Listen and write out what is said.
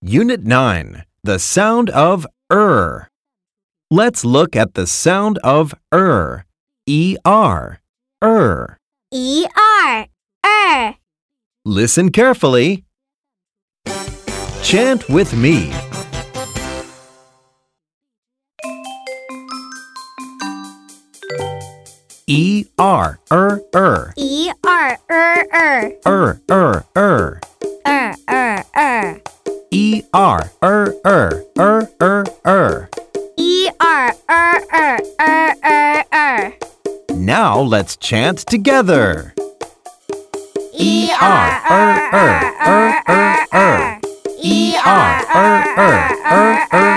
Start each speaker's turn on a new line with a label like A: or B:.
A: Unit 9 The Sound of Er. Let's look at the sound of Er. E R. Er.
B: E R er
A: Listen carefully. Chant with me. E R er er
B: E R er er
A: er er er
B: er er er
A: E R er er er er er.
B: E R er er er er er
A: Now let's chant together.
B: E R er er er er er E R er er er er